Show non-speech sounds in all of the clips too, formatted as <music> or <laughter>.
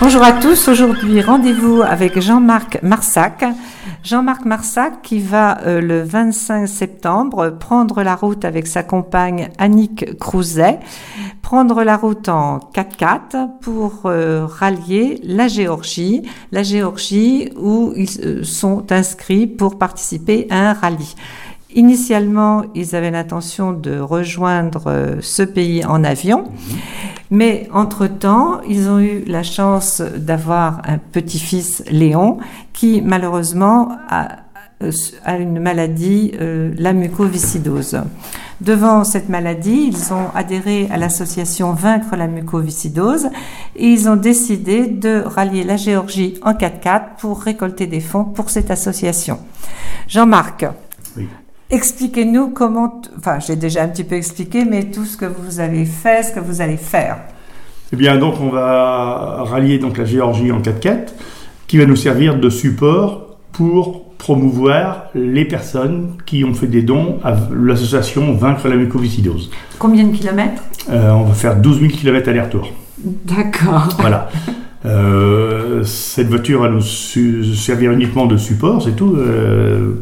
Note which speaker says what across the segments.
Speaker 1: Bonjour à tous. Aujourd'hui, rendez-vous avec Jean-Marc Marsac. Jean-Marc Marsac qui va euh, le 25 septembre prendre la route avec sa compagne Annick Crouzet, prendre la route en 4x4 pour euh, rallier la Géorgie, la Géorgie où ils euh, sont inscrits pour participer à un rallye. Initialement, ils avaient l'intention de rejoindre euh, ce pays en avion, mais entre-temps, ils ont eu la chance d'avoir un petit-fils, Léon, qui malheureusement a, a une maladie, euh, la mucoviscidose. Devant cette maladie, ils ont adhéré à l'association Vaincre la mucoviscidose et ils ont décidé de rallier la Géorgie en 4x4 pour récolter des fonds pour cette association. Jean-Marc,
Speaker 2: Oui.
Speaker 1: Expliquez-nous comment, t- enfin j'ai déjà un petit peu expliqué, mais tout ce que vous avez fait, ce que vous allez faire.
Speaker 2: Eh bien, donc, on va rallier donc la Géorgie en 4x4, qui va nous servir de support pour promouvoir les personnes qui ont fait des dons à l'association Vaincre la mucoviscidose.
Speaker 1: Combien de kilomètres
Speaker 2: Euh, on va faire 12 000 km aller-retour.
Speaker 1: D'accord.
Speaker 2: Voilà. Euh, cette voiture va nous su- servir uniquement de support, c'est tout, euh,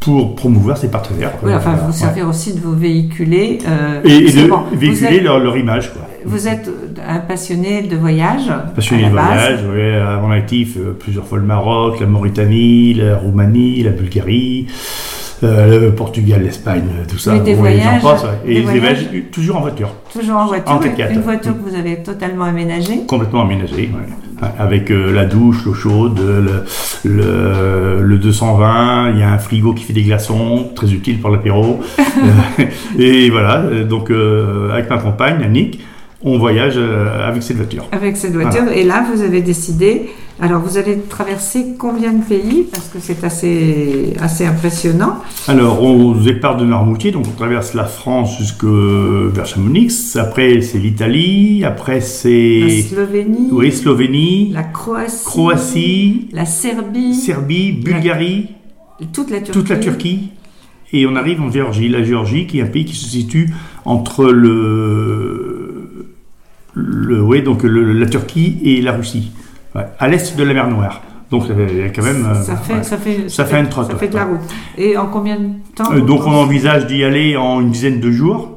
Speaker 2: pour promouvoir ses partenaires.
Speaker 1: Oui, enfin,
Speaker 2: Voilà.
Speaker 1: vous servir aussi de vous véhiculer. euh,
Speaker 2: Ouais. Euh, Et, et
Speaker 1: parce que
Speaker 2: de
Speaker 1: bon, vous
Speaker 2: véhiculer
Speaker 1: êtes-
Speaker 2: leur, leur image. Quoi.
Speaker 1: Vous êtes, euh, un passionné de voyage.
Speaker 2: Passionné
Speaker 1: à
Speaker 2: de
Speaker 1: la base.
Speaker 2: voyage, ouais, à mon actif euh, plusieurs fois le Maroc, la Mauritanie, la Roumanie, la Bulgarie, euh, le Portugal, l'Espagne, euh, tout ça.
Speaker 1: Mais des
Speaker 2: Ouais, j'en
Speaker 1: voyages,
Speaker 2: passe, ouais.
Speaker 1: des
Speaker 2: Et des
Speaker 1: voyages.
Speaker 2: voyages, euh, toujours en voiture,
Speaker 1: Toujours en voiture.
Speaker 2: En 4x4.
Speaker 1: Une voiture que vous avez totalement aménagée.
Speaker 2: complètement aménagée, ouais. Ouais, avec euh, la douche, l'eau chaude, euh, le, le, le 220, il y a un frigo qui fait des glaçons, très utile
Speaker 1: <laughs>
Speaker 2: pour l'apéro. Euh, et voilà, euh, donc euh, avec ma compagne, Annick, on voyage euh, avec cette voiture.
Speaker 1: Avec cette voiture. Et là, vous avez décidé. Alors, vous allez traverser combien de pays Parce que c'est assez, assez impressionnant.
Speaker 2: Alors, on départ de Marmoutier, donc on traverse la France jusque euh, vers Chamonix. Après, c'est l'Italie. Après,
Speaker 1: La
Speaker 2: c'est
Speaker 1: Slovénie,
Speaker 2: oui, Slovénie,
Speaker 1: la Croatie,
Speaker 2: Croatie,
Speaker 1: la Serbie,
Speaker 2: Serbie, Bulgarie,
Speaker 1: toute la Turquie.
Speaker 2: toute la Turquie. Et on arrive en Géorgie. La Géorgie, qui est un pays qui se situe entre le, le ouais, donc le- la Turquie et la Russie, Ouais, à l'est de la mer Noire. Donc, euh, il y a quand même. euh,
Speaker 1: ça, fait,
Speaker 2: ouais.
Speaker 1: ça fait,
Speaker 2: Ça fait une trotte,
Speaker 1: Ça
Speaker 2: ouais.
Speaker 1: fait de la route. Et en combien de temps
Speaker 2: Euh, donc on envisage d'y aller en une dizaine de jours.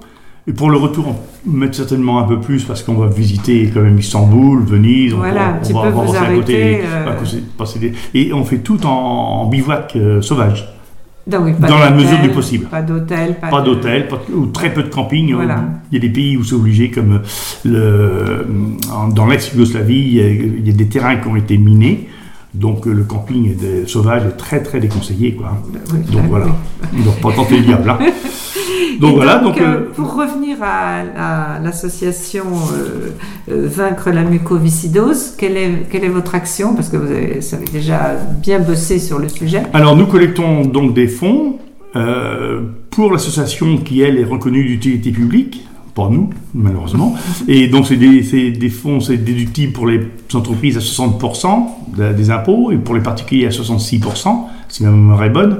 Speaker 2: Et pour le retour, on va mettre certainement un peu plus parce qu'on va visiter quand même Istanbul, Venise. on-
Speaker 1: Voilà,
Speaker 2: on,
Speaker 1: un
Speaker 2: on
Speaker 1: petit
Speaker 2: va,
Speaker 1: peu
Speaker 2: on va
Speaker 1: vous
Speaker 2: passer à côté,
Speaker 1: arrêter, euh.
Speaker 2: à côté- passer des- Et on fait tout en, en bivouac euh, sauvage.
Speaker 1: Non, Ah oui, pas
Speaker 2: dans la
Speaker 1: d'hôtel,
Speaker 2: mesure du possible.
Speaker 1: Pas d'hôtel.
Speaker 2: Pas
Speaker 1: de-
Speaker 2: d'hôtel, pas de- ou très peu de camping. euh,
Speaker 1: Voilà.
Speaker 2: Il y a des pays où c'est obligé, comme euh, le, en- dans l'ex-Yougoslavie, il y a- il y, a des terrains qui ont été minés. Donc euh, le camping est de- sauvage est très très déconseillé. Quoi.
Speaker 1: Oui,
Speaker 2: Donc
Speaker 1: là,
Speaker 2: voilà,
Speaker 1: oui.
Speaker 2: donc pas tenter le
Speaker 1: <laughs>
Speaker 2: diable. hein. Donc
Speaker 1: Et
Speaker 2: voilà, donc,
Speaker 1: euh,
Speaker 2: euh,
Speaker 1: pour revenir à, à l'association euh, euh, Vaincre la mucoviscidose, quelle est, quelle est votre action Parce que vous avez, vous avez déjà bien bossé sur le sujet.
Speaker 2: Alors nous collectons donc des fonds euh, pour l'association qui elle est reconnue d'utilité publique. Pour nous,
Speaker 1: <laughs>
Speaker 2: malheureusement. Et donc, c'est des, c'est des fonds, c'est déductible pour les entreprises à 60% de- des impôts et pour les particuliers à 66%, si ma mémoire est bonne.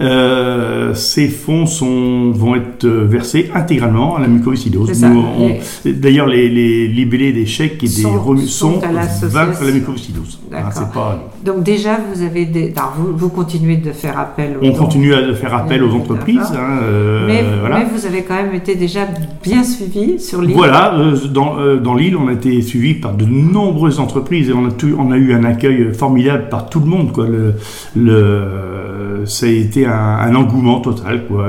Speaker 2: Euh, ces fonds sont, vont être versés intégralement à la mucoviscidose.
Speaker 1: C'est ça.
Speaker 2: Nous, on-
Speaker 1: Et-
Speaker 2: D'ailleurs, les, les libellés des chèques et des
Speaker 1: Sont-
Speaker 2: remis
Speaker 1: sont
Speaker 2: sont,
Speaker 1: à l'association.
Speaker 2: vaincre la mucoviscidose. Hein,
Speaker 1: D'accord.
Speaker 2: c'est pas-
Speaker 1: Donc déjà, vous avez des... alors, vous, vous continuez de faire appel aux
Speaker 2: on
Speaker 1: dons.
Speaker 2: continue à faire appel aux entreprises. hein, euh,
Speaker 1: Mais,
Speaker 2: voilà.
Speaker 1: mais vous avez quand même été déjà bien suivi sur l'île.
Speaker 2: Voilà, euh, dans, euh, dans l'île, on a été suivi par de nombreuses entreprises et on a, tout- on a eu un accueil formidable par tout le monde. Quoi. Le, le, ça a été un, un engouement total. Quoi.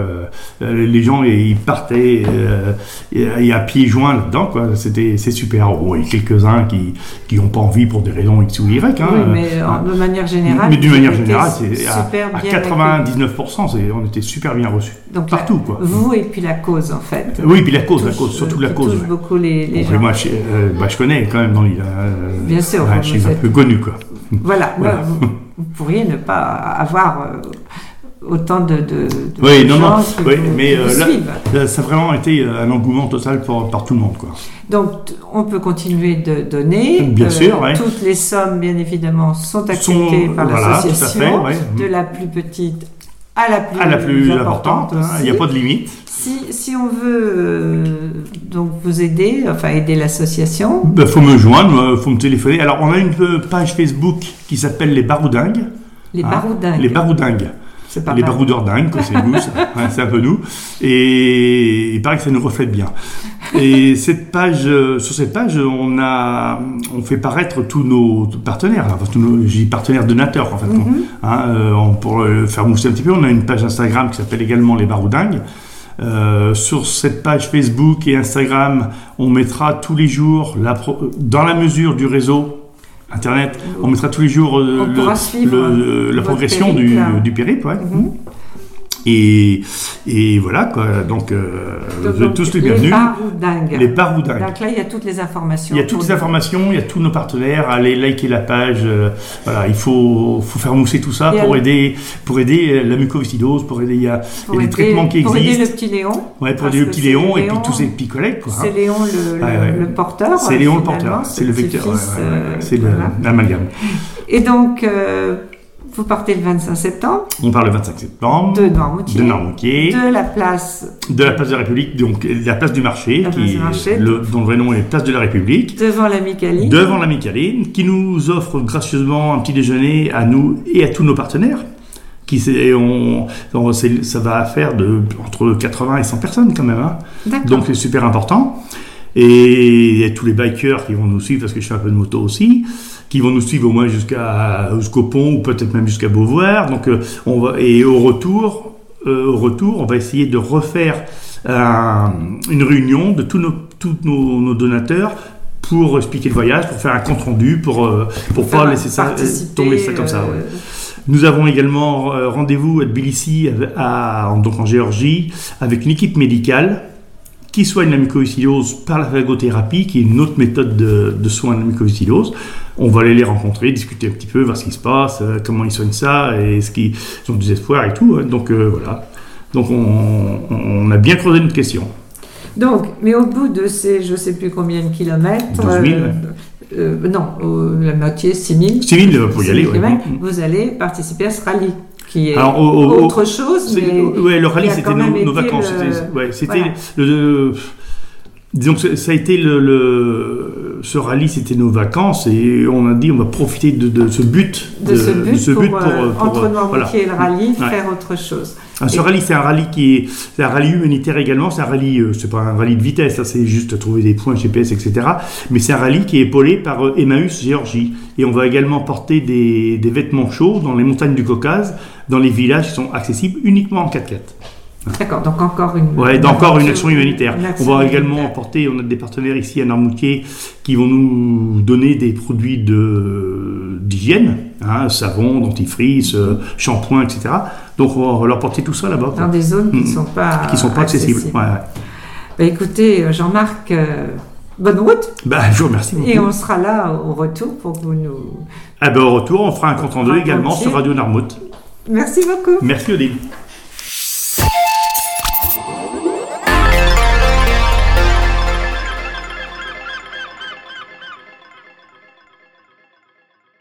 Speaker 2: Euh, Les gens, ils partaient euh, et, et à pieds joints là-dedans. quoi. C'était c'est super. Bon, il y a quelques-uns qui qui n'ont pas envie pour des raisons X ou Y. hein.
Speaker 1: Oui, mais en- de manière générale.
Speaker 2: Mais d'une
Speaker 1: vous
Speaker 2: manière
Speaker 1: avez été
Speaker 2: générale, c'est à,
Speaker 1: super
Speaker 2: à
Speaker 1: bien
Speaker 2: 99%, c'est- on était super bien reçus.
Speaker 1: accueillis. Donc,
Speaker 2: Partout,
Speaker 1: la-
Speaker 2: quoi.
Speaker 1: Vous et puis la cause, en fait.
Speaker 2: Oui, puis la cause, la
Speaker 1: Touche-
Speaker 2: cause, surtout la
Speaker 1: qui
Speaker 2: cause.
Speaker 1: touche
Speaker 2: ouais.
Speaker 1: beaucoup les, les
Speaker 2: Bon, mais
Speaker 1: gens.
Speaker 2: moi, je, euh, bah, je connais quand même dans l'île. euh,
Speaker 1: Bien sûr, hein,
Speaker 2: ouais,
Speaker 1: vous
Speaker 2: je suis un
Speaker 1: faites-
Speaker 2: peu connu, quoi.
Speaker 1: Voilà,
Speaker 2: Voilà.
Speaker 1: bah, vous, vous pourriez ne pas avoir euh, autant de, de, de
Speaker 2: Oui, non,
Speaker 1: gens
Speaker 2: non,
Speaker 1: qui
Speaker 2: oui,
Speaker 1: vous-
Speaker 2: mais,
Speaker 1: vous
Speaker 2: euh, là-
Speaker 1: suivent.
Speaker 2: Là, ça a vraiment été euh, un engouement total pour, par tout le monde, quoi.
Speaker 1: Donc, t- on peut continuer de donner. Euh,
Speaker 2: Bien sûr, ouais.
Speaker 1: Toutes les sommes, bien évidemment, sont acceptées
Speaker 2: Sont-
Speaker 1: par
Speaker 2: voilà, tout à fait,
Speaker 1: l'association,
Speaker 2: ouais.
Speaker 1: de la plus petite à la plus,
Speaker 2: À la plus importante,
Speaker 1: importante.
Speaker 2: hein, il n'y a
Speaker 1: aussi.
Speaker 2: pas de limite.
Speaker 1: si, si on veut euh, donc vous aider, enfin aider l'association.
Speaker 2: Il Bah, faut me joindre, il faut me téléphoner. Alors, on a une euh, page Facebook qui s'appelle Les Baroudingues.
Speaker 1: Les
Speaker 2: hein,
Speaker 1: baroudingues.
Speaker 2: Les Baroudingues.
Speaker 1: C'est pas
Speaker 2: les
Speaker 1: mal.
Speaker 2: baroudeurs dingues, quoi, c'est nous,
Speaker 1: <laughs>
Speaker 2: ça. Ouais, c'est un peu nous. Et il paraît que ça nous reflète bien. Et cette page, euh, sur cette page, on a, on fait paraître tous nos partenaires, enfin, tous nos, j'ai dit partenaires donateurs, en fait.
Speaker 1: Mhm.
Speaker 2: Hein, euh, on- pour le faire mousser un petit peu, on a une page Instagram qui s'appelle également les baroudingues. Euh, sur cette page Facebook et Instagram, on mettra tous les jours, la pro- dans la mesure du réseau Internet, on mettra tous les jours euh,
Speaker 1: On
Speaker 2: le-
Speaker 1: pourra suivre
Speaker 2: le- la
Speaker 1: votre
Speaker 2: progression
Speaker 1: périple,
Speaker 2: du,
Speaker 1: hein.
Speaker 2: du périple. ouais.
Speaker 1: Mhm.
Speaker 2: Et, et voilà, quoi. Donc, euh, vous êtes
Speaker 1: Donc,
Speaker 2: tous les bienvenus.
Speaker 1: baroudingues.
Speaker 2: Les baroudingues.
Speaker 1: Donc là, il y a toutes les informations.
Speaker 2: Il y a toutes les informations, il y a tous nos partenaires. Allez liker la page. euh, voilà, il faut, faut faire mousser tout ça
Speaker 1: Et
Speaker 2: pour
Speaker 1: alors-
Speaker 2: aider, pour aider euh, la mucoviscidose, pour aider il y a,
Speaker 1: Pour
Speaker 2: il y a des
Speaker 1: aider-
Speaker 2: traitements qui
Speaker 1: pour aider
Speaker 2: existent.
Speaker 1: le petit Léon.
Speaker 2: Ouais, pour
Speaker 1: parce
Speaker 2: aider le
Speaker 1: que
Speaker 2: petit
Speaker 1: c'est
Speaker 2: Léon et puis
Speaker 1: Léon-
Speaker 2: tous ses petits collègues. quoi, hein.
Speaker 1: C'est Léon le, le-
Speaker 2: Ouais, ouais.
Speaker 1: le porteur.
Speaker 2: C'est Léon le
Speaker 1: finalement,
Speaker 2: porteur, c'est le vecteur, ouais,
Speaker 1: petit-fils,
Speaker 2: ouais, ouais,
Speaker 1: euh,
Speaker 2: c'est le-
Speaker 1: voilà.
Speaker 2: l'amalgame.
Speaker 1: Et donc, euh, vous partez le 25 septembre
Speaker 2: On parle le 25 septembre
Speaker 1: de Noirmoutier,
Speaker 2: de Normandier,
Speaker 1: de la place
Speaker 2: de la place de la République, donc la place du marché,
Speaker 1: La
Speaker 2: qui,
Speaker 1: place du marché.
Speaker 2: le- dont le vrai nom est place de la République.
Speaker 1: devant la Micali.
Speaker 2: devant la Micaline, qui nous offre gracieusement un petit déjeuner à nous et à tous nos partenaires. Qui c'est- on, on- c'est- ça va faire de, entre 80 et 100 personnes quand même. hein.
Speaker 1: D'accord.
Speaker 2: Donc c'est super important. Et il y a tous les bikers qui vont nous suivre, parce que je fais un peu de moto aussi, qui vont nous suivre au moins jusqu'à jusqu'au pont ou peut-être même jusqu'à Beauvoir. Donc, euh, on va, et au retour, euh, au retour, on va essayer de refaire un- une réunion de tous nos, tous nos, nos donateurs pour expliquer le voyage, pour faire un compte rendu, pour euh, pour
Speaker 1: Faire
Speaker 2: pas laisser ça euh,
Speaker 1: participer,
Speaker 2: tomber ça comme ça.
Speaker 1: euh,
Speaker 2: ouais. Nous avons également euh, rendez-vous à Tbilissi, à- à- donc en Géorgie, avec une équipe médicale qui soigne la mucoviscidose par la phagothérapie, qui est une autre méthode de, de soin de la mucoviscidose. On va aller les rencontrer, discuter un petit peu, voir ce qui se passe, euh, comment ils soignent ça, et ce qu'ils ils ont des espoirs et tout. hein. Donc euh, voilà. Donc on, on- on a bien creusé notre question.
Speaker 1: Donc, mais au bout de ces je sais plus combien de kilomètres,
Speaker 2: 12 000, ouais.
Speaker 1: euh, non, euh, la moitié, 6 000,
Speaker 2: C'est mille, euh, pour y
Speaker 1: 6 000
Speaker 2: aller. ouais.
Speaker 1: kilomètres, vous allez participer à ce rallye, qui est
Speaker 2: Alors, au- au- au-
Speaker 1: autre chose,
Speaker 2: C'est-
Speaker 1: mais
Speaker 2: ouais, le rallye,
Speaker 1: il a
Speaker 2: c'était
Speaker 1: quand
Speaker 2: nos,
Speaker 1: même
Speaker 2: nos
Speaker 1: été
Speaker 2: vacances.
Speaker 1: le-
Speaker 2: C'était, ouais, c'était
Speaker 1: voilà.
Speaker 2: le, le- disons que ça- ça a été le, le- ce rallye, c'était nos vacances et on a dit on va profiter de, de ce but,
Speaker 1: de, ce but, pour, euh, entre
Speaker 2: euh, voilà.
Speaker 1: Noirmoutier et le rallye,
Speaker 2: Ouais.
Speaker 1: faire autre chose.
Speaker 2: Ah, ce
Speaker 1: Et-
Speaker 2: rallye, c'est un rallye qui est, c'est un rallye humanitaire également. C'est un rallye, euh, c'est pas un rallye de vitesse, ça, c'est juste trouver des points GPS, etc. Mais c'est un rallye qui est épaulé par euh, Emmaüs Géorgie. Et on va également porter des, des vêtements chauds dans les montagnes du Caucase, dans les villages qui sont accessibles uniquement en 4x4.
Speaker 1: D'accord, donc encore une.
Speaker 2: Ouais,
Speaker 1: une
Speaker 2: d'encore une action humanitaire.
Speaker 1: une action
Speaker 2: on va également
Speaker 1: humanitaire.
Speaker 2: apporter, on a des partenaires ici à Normoutier qui vont nous donner des produits de- d'hygiène, hein, savon, dentifrice, euh, shampoing, etc. Donc on va leur porter tout ça là-bas,
Speaker 1: Dans
Speaker 2: quoi,
Speaker 1: des zones qui
Speaker 2: Mm.
Speaker 1: ne sont pas.
Speaker 2: qui sont pas accessibles. Ouais, ouais.
Speaker 1: Bah, écoutez, euh, Jean-Marc, euh, bonne route
Speaker 2: Bah, je vous remercie beaucoup.
Speaker 1: et on sera là au retour pour que vous nous.
Speaker 2: Ah ben, au retour, on fera un compte en deux également
Speaker 1: Racontier.
Speaker 2: sur Radio Narmout.
Speaker 1: Merci beaucoup.
Speaker 2: Merci Odile.